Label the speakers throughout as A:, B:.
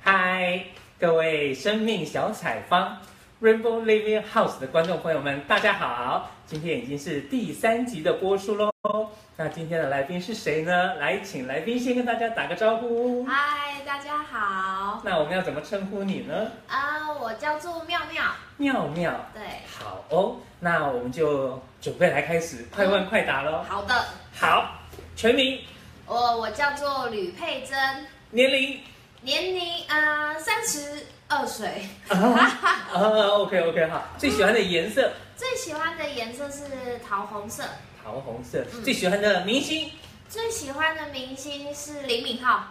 A: 嗨，各位生命小采芳 Rainbow Living House 的观众朋友们，大家好！今天已经是第三集的播出喽。那今天的来宾是谁呢？来，请来宾先跟大家打个招呼。
B: 嗨，大家好，
A: 那我们要怎么称呼你呢？
B: 啊、我叫做妙妙，
A: 妙妙。
B: 对，
A: 好哦，那我们就准备来开始快问快答喽。
B: 好的，
A: 好，全名、
B: 哦我我叫做吕佩珍，
A: 年龄，
B: 年龄呃三十二岁，
A: 啊，OK OK 好，最喜欢的颜色
B: 最喜欢的颜色是桃红色，
A: 桃红色，
B: 嗯
A: 最喜欢的明星
B: 最喜欢的明星是李敏镐啊、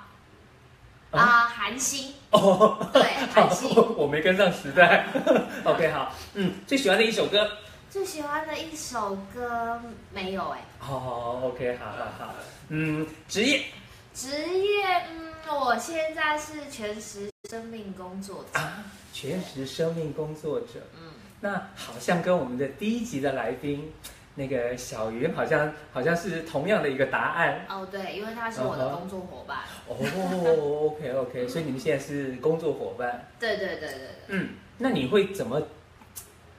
A: 啊
B: 韩星，
A: 哦，
B: 对
A: 好
B: 韩星，
A: 我没跟上时代。OK 好，嗯，最喜欢的一首歌，
B: 最喜欢的一首歌没有哎、
A: 哦，OK 好好好，嗯，职业
B: 职业嗯，我现在是全职生命工作者，
A: 啊，全职生命工作者，
B: 嗯，
A: 那好像跟我们的第一集的来宾。那个小云好像好像是同样的一个答案
B: 哦对，因为他是我
A: 嗯
B: 的
A: 哼
B: 工作伙伴，
A: 哦，OK OK，所以你们现在是工作伙伴，
B: 对对对对对。
A: 嗯，那你会怎么？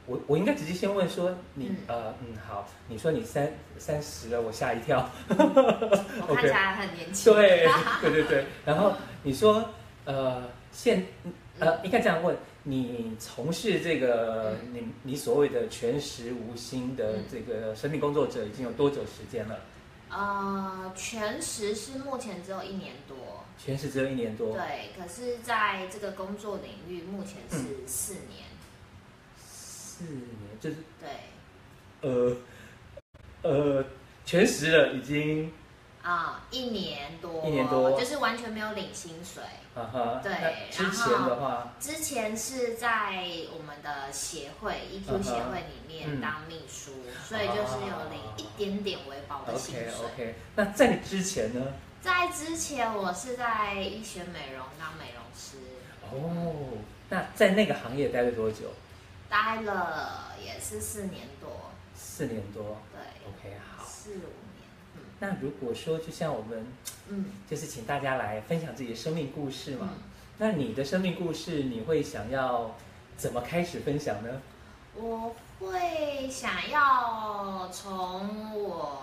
A: 我我应该直接先问说你、
B: 嗯
A: 呃嗯好，你说你三三十了，我吓一跳。
B: 我看起来很年轻。
A: 对对对对，然后你说呃现呃应该这样问，你从事这个、
B: 嗯
A: 你你所谓的全时无薪的
B: 嗯
A: 这个生命工作者已经有多久时间了？
B: 呃，全时是目前只有一年多，
A: 全时只有一年多，
B: 对。可是在这个工作领域，目前是四年，
A: 四年就是
B: 对。
A: 呃呃全时了已经
B: 啊、一年多，
A: 一年多
B: 就是完全没有领薪水。
A: 啊哈，
B: 对
A: 那之
B: 然
A: 前
B: 后
A: 的话。
B: 之前是在我们的协会 EQ
A: 嗯哼
B: 协会里面
A: 嗯
B: 当秘书，所以就是有领一点点微薄的薪
A: OK
B: 水。
A: OK，那在你之前呢？
B: 在之前我是在医学美容当美容师，
A: 哦，那在那个行业待了多久？
B: 待了也是四年多，
A: 四年多。
B: 对，
A: OK，好。
B: 四五年，
A: 那如果说，就像我们
B: 嗯
A: 就是请大家来分享自己的生命故事
B: 嗯
A: 嘛，那你的生命故事你会想要怎么开始分享呢？
B: 嗯，我会想要从我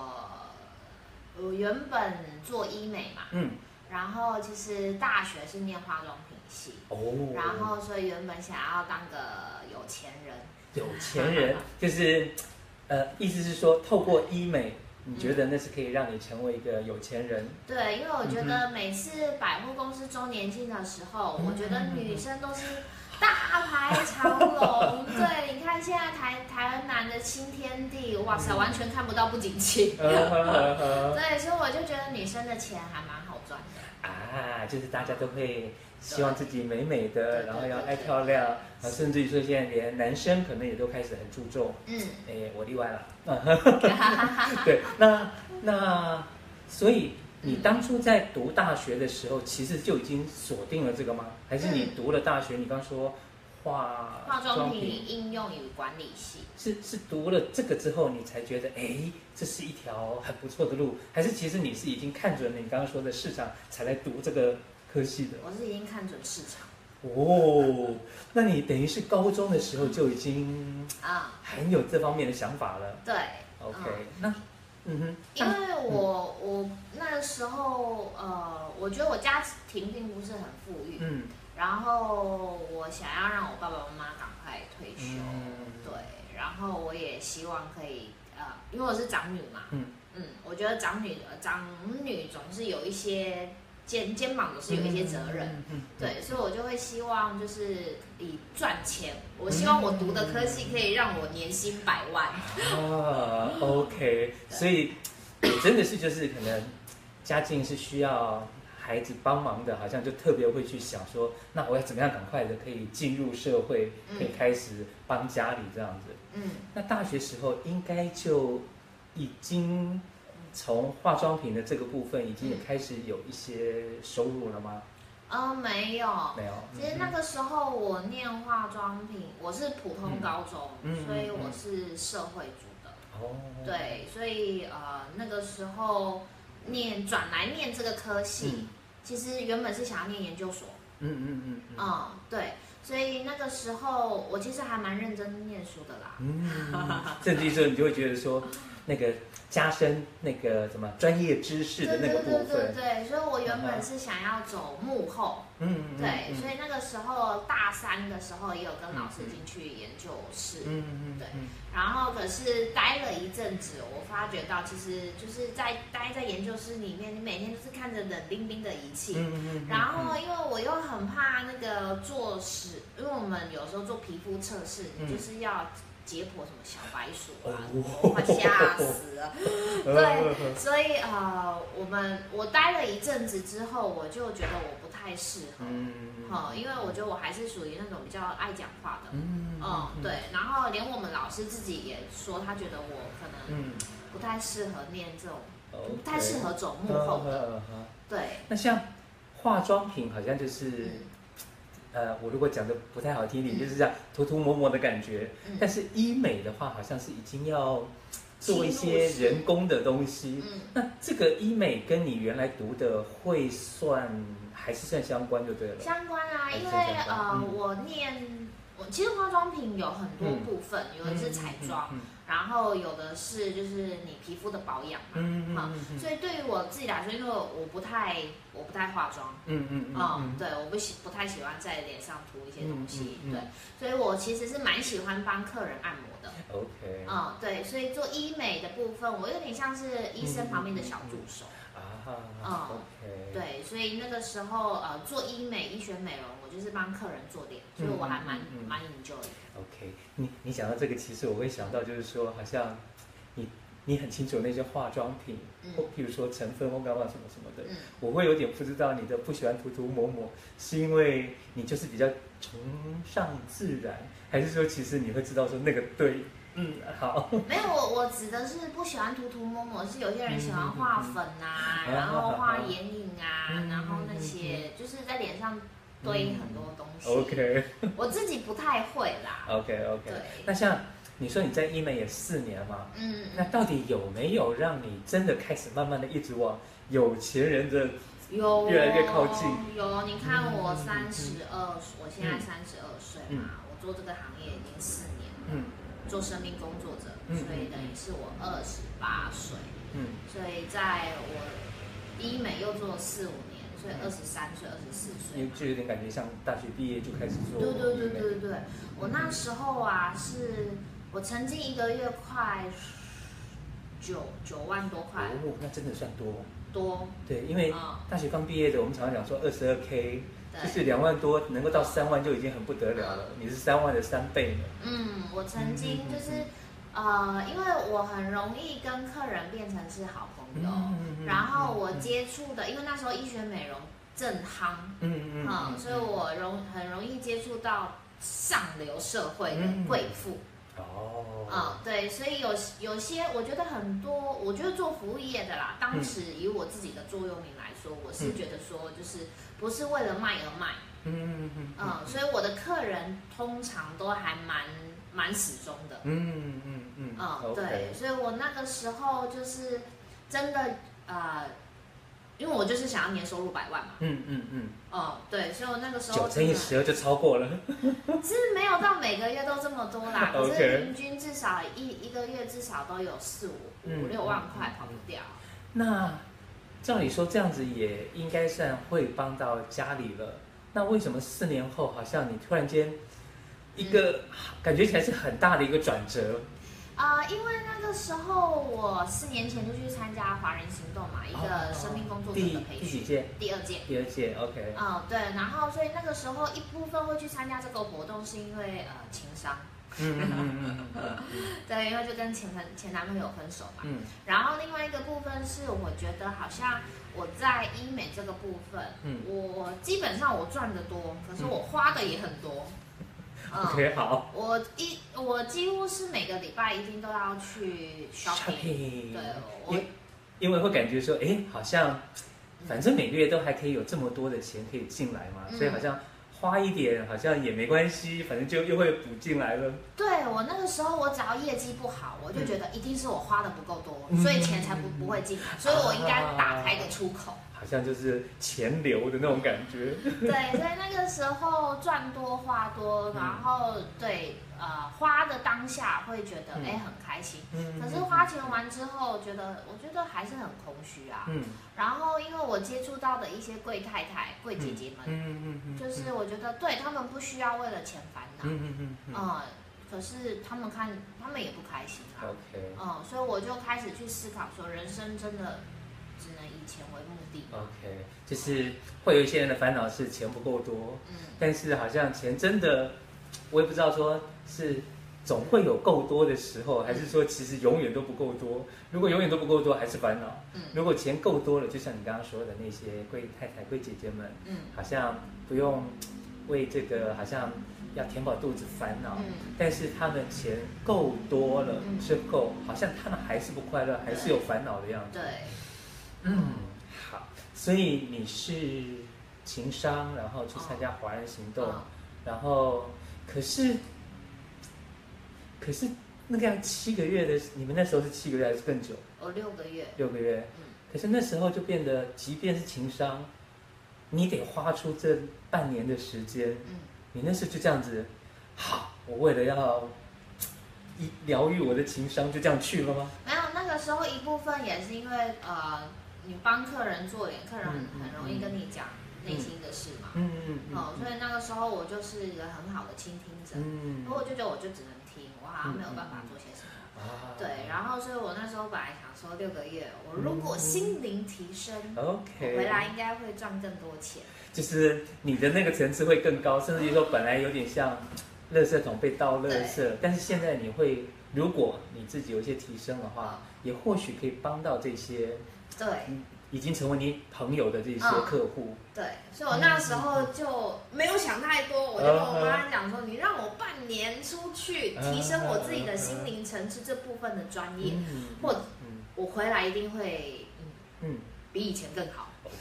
B: 我原本做医美嘛，
A: 嗯，
B: 然后其实大学是念化妆品系，
A: 哦，
B: 然后所以原本想要当个有钱人，
A: 有钱人 就是，呃，意思是说，透过医美，你觉得那是可以让你成为一个有钱人？
B: 对，因为我觉得每次百货公司周年庆的时候，
A: 嗯
B: 我觉得女生都是大排长龙。对，你看现在台台南的新天地，哇塞，
A: 嗯
B: 完全看不到不景气。
A: 呃呵呵呵
B: 对，所以我就觉得女生的钱还蛮好赚的。
A: 啊，就是大家都会希望自己美美
B: 对
A: 的，
B: 对
A: 然后要
B: 对
A: 爱
B: 对
A: 漂亮，然后甚至于说现在连男生可能也都开始很注重，
B: 嗯，
A: 哎，我例外了。啊对，那那所以你当初在读大学的时候，其实就已经锁定了这个吗？还是你读了大学？你刚说化
B: 化妆品应用与管理系。
A: 是是读了这个之后，你才觉得哎，这是一条很不错的路，还是其实你是已经看准了你刚刚说的市场才来读这个科系的？
B: 我是已经看准市场
A: 哦，那你等于是高中的时候就已经
B: 啊、
A: 很有这方面的想法了。
B: 对
A: OK，、
B: 嗯
A: 那嗯哼，
B: 因为我我那时候呃，我觉得我家庭并不是很富裕，
A: 嗯
B: 然后我想要让我爸爸妈妈赶快退休，
A: 嗯
B: 对，然后我也希望可以呃，因为我是长女嘛，
A: 嗯
B: 我觉得长女呃长女总是有一些肩肩膀总是有一些责任，，
A: 嗯，嗯，
B: 对，所以我就会希望就是以赚钱，我
A: 嗯
B: 希望我读的科系可以让我年薪百万，
A: 啊，OK，所以也真的是就是可能家境是需要。孩子帮忙的，好像就特别会去想说，那我要怎么样赶快的可以进入社会，
B: 嗯
A: 可以开始帮家里这样子。
B: 嗯，
A: 那大学时候应该就已经从化妆品的这个部分已经也开始有一些收入了吗？
B: 呃，没有，
A: 没有。
B: 哦其实那个时候我念化妆品，我是普通高中，
A: 嗯嗯
B: 所以
A: 嗯
B: 我是社会组的。
A: 哦，，
B: 对，所以呃那个时候念转来念这个科系，
A: 嗯
B: 其实原本是想要念研究所，
A: 嗯嗯嗯嗯嗯
B: 嗯，对，所以那个时候我其实还蛮认真念书的啦。
A: 嗯，甚至于说你就会觉得说，那个加深那个什么专业知识的
B: 对对
A: 那个部
B: 对对
A: 分，
B: 对，所以我原本是想要走幕后，
A: 嗯，嗯
B: 对，所
A: 以
B: 以那个时候大三的时候也有跟老师进去研究室，
A: 嗯嗯
B: 对
A: 嗯
B: 然后可是待了一阵子，我发觉到其实就是在待在研究室里面，你每天都是看着冷冰冰的仪器，
A: 嗯嗯嗯，
B: 然后，因为我又很怕那个做实，因为我们有时候做皮肤测试，
A: 嗯
B: 就是要解剖什么小白鼠啊，
A: 哦
B: 我快吓死 了。
A: 对，
B: 所以呃，我们我待了一阵子之后，我就觉得我不太适合，
A: 嗯，
B: 哈、因为我觉得我还是属于那种比较爱讲话的，
A: 嗯
B: 嗯，，对。然后连我们老师自己也说，他觉得我可能
A: 嗯，
B: 不太适合念这种，
A: OK
B: 不太适合走幕后
A: 嗯
B: 的，。
A: 嗯嗯
B: 对，
A: 那像化妆品好像就是。
B: 嗯
A: 呃，我如果讲的不太好听一点，
B: 嗯
A: 就是这样涂涂抹抹的感觉。但
B: 嗯
A: 是医美的话，好像是已经要做一些
B: 侵入式
A: 人工的东西。
B: 嗯。
A: 那这个医美跟你原来读的会算还是算相关就对了。
B: 相关啊，
A: 还是
B: 因为
A: 哎相关
B: 呃，
A: 嗯
B: 我念我其实化妆品有很多部分，有的是彩妆，
A: 嗯，
B: 然后有的是就是你皮肤的保养嘛。
A: 嗯嗯嗯嗯
B: 所以对于我自己来说，因为我不太我不太化妆，
A: 嗯嗯嗯
B: 嗯，对，我不喜不太喜欢在脸上涂一些东西，
A: 嗯嗯嗯
B: 对，所以我其实是蛮喜欢帮客人按摩的，
A: ，OK
B: 嗯，对，所以做医美的部分，我有点像是医生旁边的小助手，
A: 嗯啊，OK，
B: 哦嗯对，所以那个时候呃做医美、医学美容，我就是帮客人做脸，所以我还蛮
A: 嗯嗯嗯
B: 蛮 enjoy 的。
A: OK，你你讲到这个，其实我会想到就是说，好像你你很清楚那些化妆品，
B: 嗯
A: 或譬如说成分或干嘛什么什么的，
B: 嗯
A: 我会有点不知道你的不喜欢涂涂抹抹，是因为你就是比较崇尚自然，还是说其实你会知道说那个对，嗯，好，
B: 没有，我我指的是不喜欢涂涂抹抹，是有些人喜欢画粉
A: 嗯嗯嗯
B: 啊，
A: 嗯
B: 然后画眼影啊，
A: 嗯嗯嗯嗯
B: 然后那些就是在脸上堆很多东西。
A: ，OK
B: 我自己不太会啦。
A: OK OK，
B: 对
A: 那像你说你在医美也四年嘛，
B: 嗯，
A: 那到底有没有让你真的开始慢慢的一直往有钱人的
B: 有哦
A: 越来越靠近。
B: 有，哦你看我
A: 嗯嗯嗯
B: 三十二，我现在
A: 嗯
B: 三十二岁
A: 嗯
B: 嘛，我做这个行业已经四年了。
A: 嗯
B: 做生命工作者，
A: 嗯
B: 所以等于是我二十八岁，
A: 嗯
B: 所以在我医美又做了四五年，所以
A: 嗯
B: 二十三岁、二十四岁
A: 因为
B: 嘛。
A: 就有点感觉像大学毕业就开始做
B: 对对对
A: 医美
B: 对对，我
A: 嗯
B: 那时候啊，是我曾经一个月快九九万多块
A: 哦，那真的算多。
B: 多，
A: 对，因为
B: 嗯
A: 大学刚毕业的，我们常常讲说二十二 K，就
B: 对，
A: 是两万多能够到三万就已经很不得了了，你是三万的三倍呢。
B: 嗯，我曾经
A: 嗯
B: 就
A: 嗯
B: 是呃，因为我很容易跟客人变成是好朋友，
A: 嗯
B: 然后我，接触的，因为那时候医学美容正夯。
A: 嗯嗯
B: 嗯，所以我容很容易接触到上流社会的贵妇，嗯
A: 哦，
B: 对，所以有有些我觉得很多，我觉得做服务业的啦，
A: 嗯
B: 当时以我自己的座右铭来说，我是觉得说就是不是为了卖而卖，
A: 嗯嗯
B: 嗯，所以我的客人通常都还蛮蛮始终的，
A: 嗯嗯嗯
B: 嗯，对，，所以我那个时候就是真的呃，因为我就是想要年收入百万嘛，
A: 嗯嗯嗯，
B: 哦、对，所以我那个时候
A: 九乘
B: 真
A: 以
B: 的。
A: 十二就超过了，，
B: 是没有到每个月都这么多啦可
A: OK
B: 是平均至少一一个月至少都有四五
A: 嗯
B: 五六万块跑不掉。
A: 那照理说这样子也应该算会帮到家里了，那为什么四年后好像你突然间一个、感觉起来是很大的一个转折？
B: 呃，因为那个时候我四年前就去参加华人行动嘛，一个生命工作者
A: 哦第
B: 的培
A: 第几
B: 训，
A: 届？
B: 第二届。
A: 第二届，OK。
B: 嗯、对，然后所以那个时候一部分会去参加这个活动，是因为呃情商，
A: 嗯嗯嗯嗯
B: 对，因为就跟前朋前男朋友分手嘛。
A: 嗯
B: 然后另外一个部分是，我觉得好像我在医美这个部分，
A: 嗯
B: 我基本上我赚的多，可是我花的也很多。
A: 嗯
B: 嗯，
A: ，OK，好。
B: 我一我几乎是每个礼拜一定都要去 shopping。
A: Shopping
B: 对，我
A: 因因为会感觉说，哎，好像反正每个月都还可以有这么多的钱可以进来嘛，
B: 嗯
A: 所以好像花一点好像也没关系，反正就又会补进来了。
B: 对我那个时候，我只要业绩不好，我就觉得一定是我花的不够多，
A: 嗯
B: 所以钱才不不会进来，所以我应该打开一个出口。
A: 好像就是钱流的那种感觉。
B: 对，所以那个时候赚多花多，
A: 嗯
B: 然后对呃花的当下会觉得
A: 嗯
B: 哎、诶很开心，
A: 嗯
B: 可是花钱完之后觉得我觉得还是很空虚啊。
A: 嗯
B: 然后因为我接触到的一些贵太太、贵姐姐
A: 嗯
B: 们，
A: 嗯嗯，
B: 就是我觉得对他们不需要为了钱烦恼，嗯、
A: 嗯嗯嗯
B: 可是他们看他们也不开心啊。
A: ，OK
B: 嗯，所以我就开始去思考说，人生真的只能以钱为目的。
A: OK，就是会有一些人的烦恼是钱不够多，
B: 嗯，
A: 但是好像钱真的，我也不知道说是总会有够多的时候，还是说其实永远都不够多。如果永远都不够多，还是烦恼；
B: 嗯
A: 如果钱够多了，就像你刚刚说的那些贵太太、贵姐姐们，
B: 嗯
A: 好像不用为这个好像要填饱肚子烦恼。
B: 嗯，
A: 但是他们钱够多了
B: 嗯
A: 之后，好像他们还是不快乐，还是有烦恼的样子。
B: 对，
A: 嗯，好，所以你是情商，然后去参加华人行动，
B: 嗯
A: 然后可是可是那个样七个月的，你们那时候是七个月还是更久？
B: 我六个月，
A: 六个月
B: 嗯。
A: 可是那时候就变得，即便是情商，你得花出这半年的时间，
B: 嗯
A: 你那时候就这样子，好，我为了要一疗愈我的情商，就这样去了吗？
B: 没有，那个时候一部分也是因为呃，你帮客人做脸，客人很
A: 嗯嗯
B: 很容易跟你讲内心的事嘛。
A: 嗯嗯
B: 哦，
A: 嗯
B: 所以那个时候我就是一个很好的倾听者，
A: 嗯
B: 不过我就觉得我就只能听，我好像没有办法做些什么。
A: 啊
B: 对，然后所以我那时候本来想说六个月，我如果心灵提升，我
A: 嗯，OK，
B: 回来应该会赚更多钱。
A: 就是你的那个层次会更高，甚至于说本来有点像垃圾桶被倒垃圾，但是现在你会，如果你自己有一些提升的话，也或许可以帮到这些
B: 对
A: 已经成为你朋友的这些客户。
B: 对，所以
A: 嗯
B: 我那时候就没有想太多，我就跟我
A: 嗯
B: 妈讲说，你让我半年出去提升我自己的心灵层次这部分的专业，
A: 嗯
B: 哦或
A: 嗯
B: 我回来一定会嗯
A: 嗯
B: 比以前更好。
A: ，OK。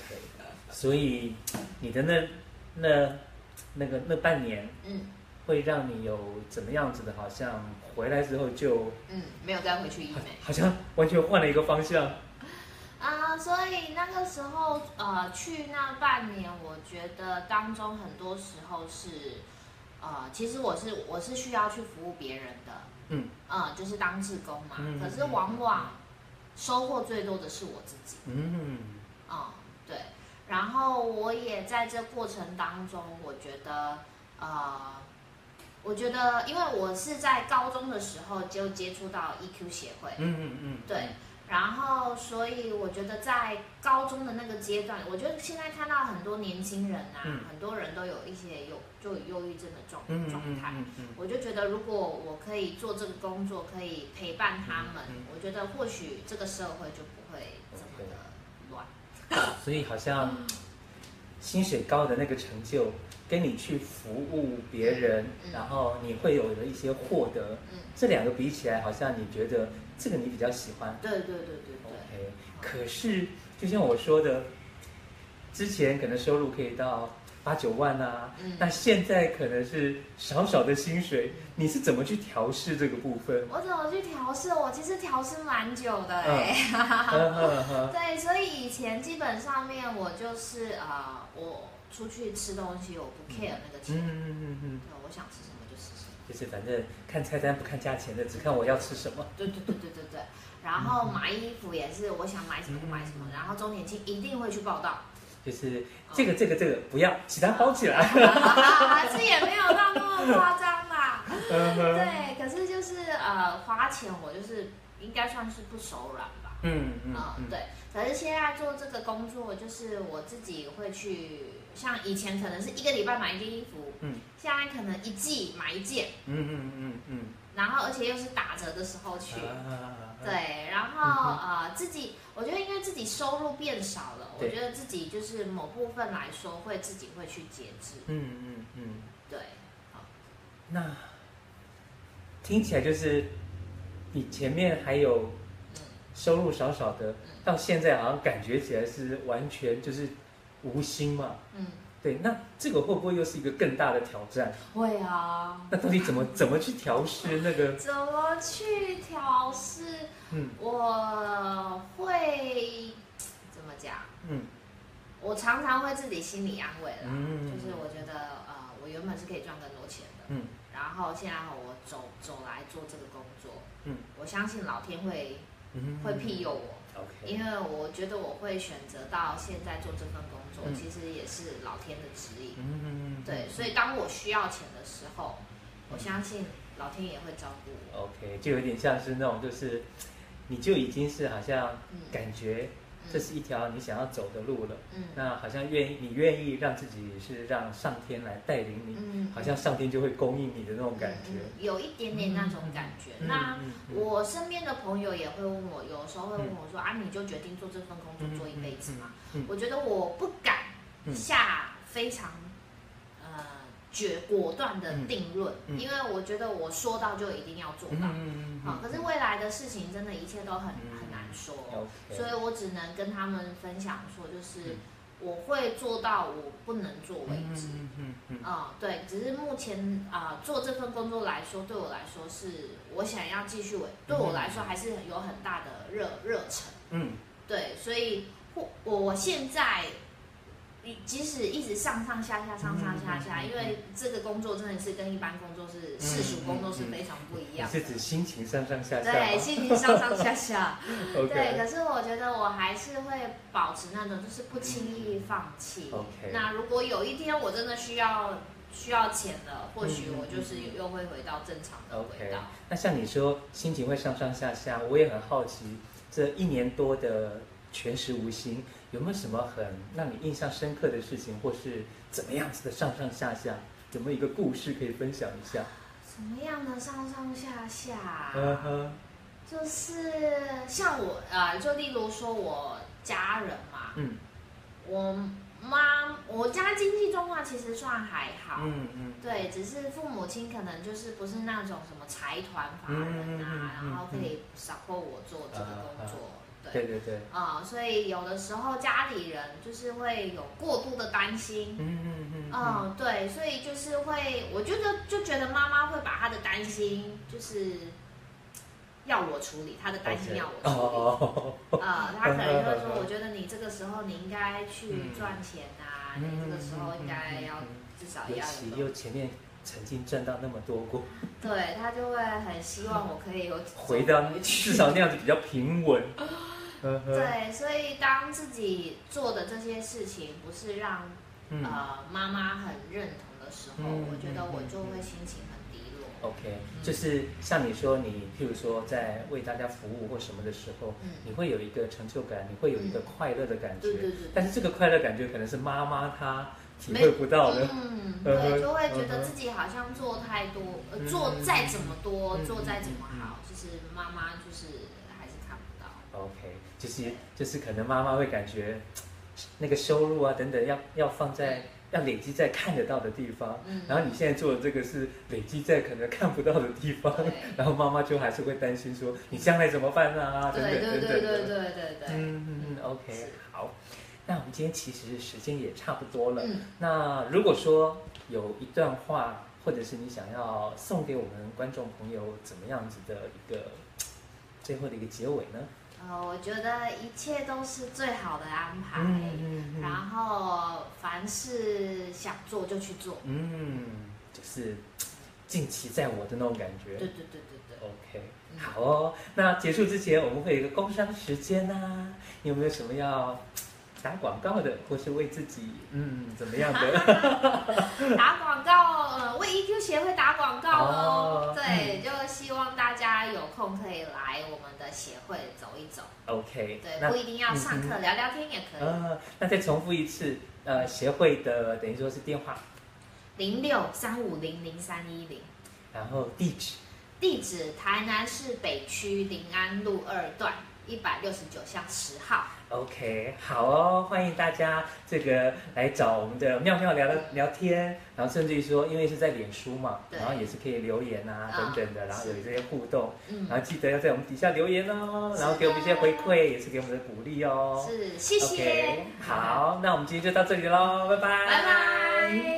A: 所以你的那那那个那半年，
B: 嗯
A: 会让你有怎么样子的？好像回来之后就
B: 嗯，没有再回去医美。
A: 好像完全换了一个方向。
B: 啊、所以那个时候，呃，去那半年，我觉得当中很多时候是，呃，其实我是我是需要去服务别人的，
A: 嗯，
B: 呃，就是当志工嘛。
A: 嗯
B: 可是往往收获最多的是我自己，
A: 嗯
B: 嗯，对。然后我也在这过程当中，我觉得，呃，我觉得，因为我是在高中的时候就接触到 EQ 协会，
A: 嗯嗯嗯，
B: 对，然后所以我觉得在高中的那个阶段，我觉得现在看到很多年轻人啊，
A: 嗯
B: 很多人都有一些有就有忧郁症的状
A: 嗯
B: 状
A: 嗯
B: 态。
A: 嗯嗯。
B: 我就觉得，如果我可以做这个工作，可以陪伴他们，
A: 嗯嗯
B: 我觉得或许这个社会就不会这么的乱。
A: 所以好像薪水高的那个成就，跟你去服务别人，
B: 嗯
A: 然后你会有的一些获得，
B: 嗯
A: 这两个比起来，好像你觉得这个你比较喜欢。
B: 对对对对对，
A: OK，可是就像我说的，之前可能收入可以到八九万啊，
B: 嗯？
A: 那现在可能是少少的薪水，你是怎么去调试这个部分
B: 我怎么去调试？我其实调试蛮久的哎、
A: 嗯哼哼
B: 对，所以以前基本上面我就是呃，我出去吃东西我不 care 那个
A: 嗯
B: 钱，
A: 嗯嗯嗯，
B: 对，我想吃什么就吃什么。
A: 就是反正看菜单不看价钱的，只看我要吃什么。
B: 对对对对对对。然后
A: 嗯
B: 买衣服也是，我想买什么就买什么。然后周年庆一定会去报道，
A: 就是嗯 这个这个这个不要，其他包起来。
B: 啊这也没有到那么夸张啦。
A: 嗯哼
B: 对，可是就是呃，花钱我就是应该算是不手软吧。
A: 嗯嗯
B: 啊、
A: 嗯，
B: 对。可是现在做这个工作，就是我自己会去，像以前可能是一个礼拜买一件衣服，
A: 嗯，
B: 现在可能一季买一件，
A: 嗯嗯嗯嗯
B: 然后而且又是打折的时候去，
A: 嗯，啊，
B: 对，然后
A: 嗯
B: 呃，自己我觉得因为自己收入变少了，我
A: 对
B: 觉得自己就是某部分来说会自己会去节制，
A: 嗯嗯嗯，
B: 对，
A: 那听起来就是你前面还有
B: 嗯
A: 收入少少的，到现在好像感觉起来是完全就是无心嘛。
B: 嗯，
A: 对，那这个会不会又是一个更大的挑战？
B: 会啊，
A: 那到底怎么怎么去调试那个？
B: 怎么去调试？
A: 嗯
B: 我会怎么讲？
A: 嗯
B: 我常常会自己心理安慰啦，
A: 嗯
B: 就是我觉得呃，我原本是可以赚更多钱的，
A: 嗯，
B: 然后现在我走走来做这个工作，
A: 嗯，
B: 我相信老天会
A: 嗯
B: 会庇佑我，
A: ，OK，
B: 因为我觉得我会选择到现在做这份工作，
A: 嗯
B: 其实也是老天的指引，
A: 嗯，
B: 对，所以当我需要钱的时候，我相信老天也会照顾我，
A: OK，就有点像是那种，就是你就已经是好像
B: 嗯，
A: 感觉这是一条你想要走的路了，
B: 嗯
A: 那好像愿意你愿意让自己是让上天来带领你，
B: 嗯，
A: 好像上天就会供应你的那种感觉。
B: 嗯嗯有一点点那种感觉，
A: 嗯
B: 那。
A: 嗯嗯
B: 我身边的朋友也会问我，有时候会问我说、啊，你就决定做这份工作
A: 嗯
B: 做一辈子吗？
A: 嗯嗯
B: 我觉得我不敢
A: 嗯
B: 下非常、呃决果断的定论，
A: 嗯嗯
B: 因为我觉得我说到就一定要做
A: 嗯
B: 到。
A: 嗯嗯
B: 好、可是未来的事情真的一切都很、
A: 嗯
B: 很难说，
A: OK，
B: 所以我只能跟他们分享说，就是
A: 嗯
B: 我会做到我不能做为
A: 嗯
B: 止。
A: 嗯嗯嗯嗯
B: 嗯，对，只是目前啊、做这份工作来说，对我来说是我想要继续维，对我来说还是有很大的热热忱。
A: 嗯
B: 对，所以我我现在即使一直上上下下上上下
A: 嗯嗯嗯
B: 下，
A: 嗯嗯
B: 因为这个工作真的是跟一般工作是世俗工作是非常不一
A: 你
B: 样的。
A: 是指心情上上下下
B: 对，
A: 吗
B: 心情上上下下。对，
A: ？OK，
B: 可是我觉得我还是会保持那种，就是不轻易放弃。
A: 嗯，OK
B: 那如果有一天我真的需要需要钱了，或许我就是
A: 嗯嗯
B: 又会回到正常的轨
A: OK
B: 道。
A: 那像你说心情会上上下下，我也很好奇，这一年多的全食无心，有没有什么很让你印象深刻的事情，或是怎么样子的上上下下？有没有一个故事可以分享一下？
B: 什么样的上上下下？
A: 嗯哼，
B: 就是像我呃，就例如说我家人嘛，
A: 嗯
B: 我妈，我家经济状况其实算还好。
A: 嗯嗯
B: 对，只是父母亲可能就是不是那种什么财团法人啊，
A: 嗯嗯嗯嗯
B: 然后可以 support 我做这个工作，
A: 对
B: 对，
A: 对对，
B: 啊、所以有的时候家里人就是会有过度的担心，
A: 嗯嗯嗯，
B: 嗯，对，所以就是会，我觉得就觉得妈妈会把她的担心就是要我处理，她的担心要我处理。
A: 哦，嗯
B: 呃，他可能就会说，我觉得你这个时候你应该去赚钱啊，你这个时候
A: 嗯
B: 应该要至少
A: 尤
B: 要
A: 其
B: 有个
A: 又前面曾经赚到那么多 过，
B: 对他就会很希望我可以有
A: 回到至少那样子比较平 稳。嗯哼，
B: 对，所以当自己做的这些事情不是让、
A: 嗯
B: 呃妈妈很认同的时候，
A: 嗯
B: 我觉得我就
A: 嗯
B: 会
A: 嗯
B: 心情很低落。
A: OK，就是像你说，你譬如说在为大家服务或什么的时候，
B: 嗯
A: 你会有一个成就感，你会有一个
B: 嗯
A: 快乐的感觉。
B: 对对对
A: 但是这个快乐感觉可能是妈妈她体会不到的。
B: 嗯，
A: 嗯哼
B: 对，就会觉
A: 嗯
B: 得
A: 哼
B: 自己好像做太多，呃，
A: 嗯
B: 做再怎么多，
A: 嗯
B: 做再怎么
A: 嗯嗯
B: 好，就是妈妈就是还是看不到。
A: OK，就是就是可能妈妈会感觉那个收入啊等等要要放在要累积在看得到的地方，
B: 嗯
A: 然后你现在做的这个是累积在可能看不到的地方
B: 对，
A: 然后妈妈就还是会担心说你将来怎么办啊等等
B: 对
A: 等
B: 对
A: 等的。
B: 对对对对对，
A: 嗯嗯嗯，OK，
B: 是
A: 好。那我们今天其实时间也差不多了。
B: 嗯
A: 那如果说有一段话，或者是你想要送给我们观众朋友怎么样子的一个最后的一个结尾呢？
B: 呃，我觉得一切都是最好的安排。
A: 嗯嗯
B: 然后凡事想做就去做。
A: 嗯，就是近期在我的那种感觉。
B: 对对对对对，
A: OK，
B: 嗯
A: 好哦。那结束之前，我们会有一个工商时间呐、你有没有什么要打广告的，或是为自己嗯怎么样 的？
B: 打广告，呃，为 EQ 协会打广告
A: 哦
B: 哦。对，就希望大家有空可以来我们的协会走一走。
A: OK，
B: 对，
A: 哎那嗯
B: 不一定要上课，聊聊天也可以。
A: 呃，那再重复一次，呃，协会的等于说是电话，
B: 零六三五零零三一零，
A: 然后地址，
B: 地址台南市北区临安路二段一百六十九巷十号。
A: OK，好哦，欢迎大家这个来找我们的妙妙聊聊天，然后甚至于说，因为是在脸书嘛，
B: 对
A: 然后也是可以留言啊
B: 啊
A: 等等的，然后有这些互动，
B: 嗯，
A: 然后记得要在我们底下留言哦，
B: 是的
A: 然后给我们一些回馈，也是给我们的鼓励哦。
B: 是，谢谢
A: OK，好，那我们今天就到这里喽，拜拜，
B: 拜拜。